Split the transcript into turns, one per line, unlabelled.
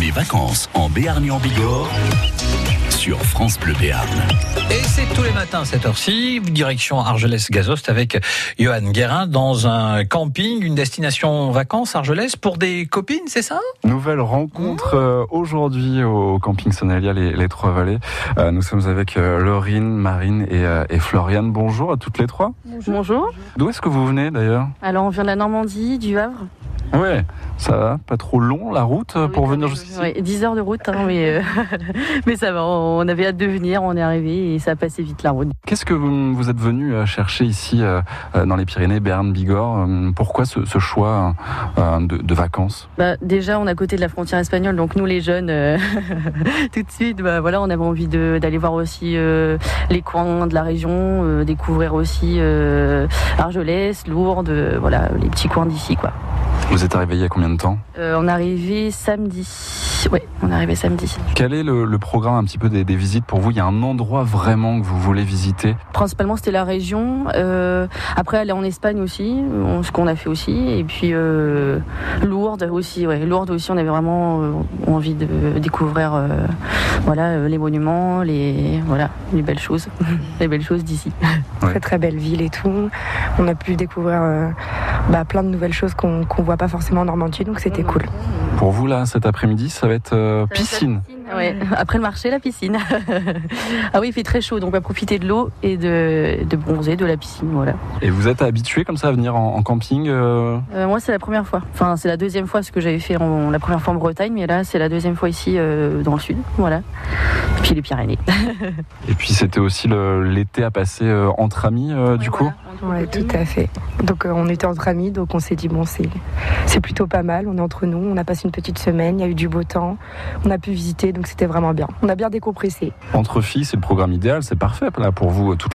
Les vacances en Béarn et en Bigorre sur France Bleu Béarn.
Et c'est tous les matins à cette heure-ci, direction Argelès-Gazost avec Johan Guérin dans un camping, une destination vacances Argelès pour des copines, c'est ça
Nouvelle rencontre euh, aujourd'hui au camping Sonalia Les, les Trois Vallées. Euh, nous sommes avec euh, Laurine, Marine et, euh, et Floriane. Bonjour à toutes les trois.
Bonjour.
D'où est-ce que vous venez d'ailleurs
Alors, on vient de la Normandie, du Havre.
Ouais, ça va Pas trop long la route euh, pour
Oui,
venir
quand même.
jusqu'ici
Ouais, 10 heures de route, hein, mais, euh, mais ça va. On avait hâte de venir, on est arrivé et ça a passé vite la route.
Qu'est-ce que vous, vous êtes venu euh, chercher ici euh, euh, dans les Pyrénées, Béarn, Bigorre Hum, Pourquoi ce, ce choix euh, de, de vacances
Bah, déjà, on est à côté de la frontière espagnole, donc nous les jeunes, euh, tout de suite, bah, voilà, on avait envie de- d'aller voir aussi euh, les coins de la région, euh, découvrir aussi euh, Argelès, Lourdes, euh, voilà, les petits coins d'ici, quoi.
Vous êtes arrivé il y a combien de temps
Euh, on est arrivé samedi. Ouais, on est arrivé samedi.
Quel est le, le programme un petit peu des, des visites pour vous Il y a un endroit vraiment que vous voulez visiter
Principalement, c'était la région. Euh, après, aller en Espagne aussi, on- ce qu'on a fait aussi. Et puis euh, Lourdes aussi. Ouais. Lourdes aussi, on avait vraiment euh, envie de découvrir euh, voilà, euh, les monuments, les, voilà, les belles choses. les belles choses d'ici.
très très belle ville et tout. On a pu découvrir euh, bah, plein de nouvelles choses qu'on qu'on voit pas forcément en Normandie, donc c'était cool.
Pour vous, là, cet après-midi, ça va être euh,
être la
piscine.
Ouais. Après le marché, la piscine. ah oui, il fait très chaud, donc on va profiter de l'eau et de, de bronzer, de la piscine. Voilà.
Et vous êtes habitué comme ça à venir en, en camping euh,
Euh, moi, c'est la première fois. Enfin, c'est la deuxième fois ce que j'avais fait en, la première fois en Bretagne, mais là, c'est la deuxième fois ici euh, dans le sud. Voilà. Et puis les Pyrénées.
Et puis, c'était aussi le- l'été à passer euh, entre amis, euh, du coup
Ouais, tout à fait. Donc euh, on était entre amis, donc on s'est dit bon c'est c'est plutôt pas mal. On est entre nous, on a passé une petite semaine, il y a eu du beau temps, on a pu visiter, donc c'était vraiment bien. On a bien décompressé.
Entre filles, c'est le programme idéal, c'est parfait là, pour vous, euh, toutes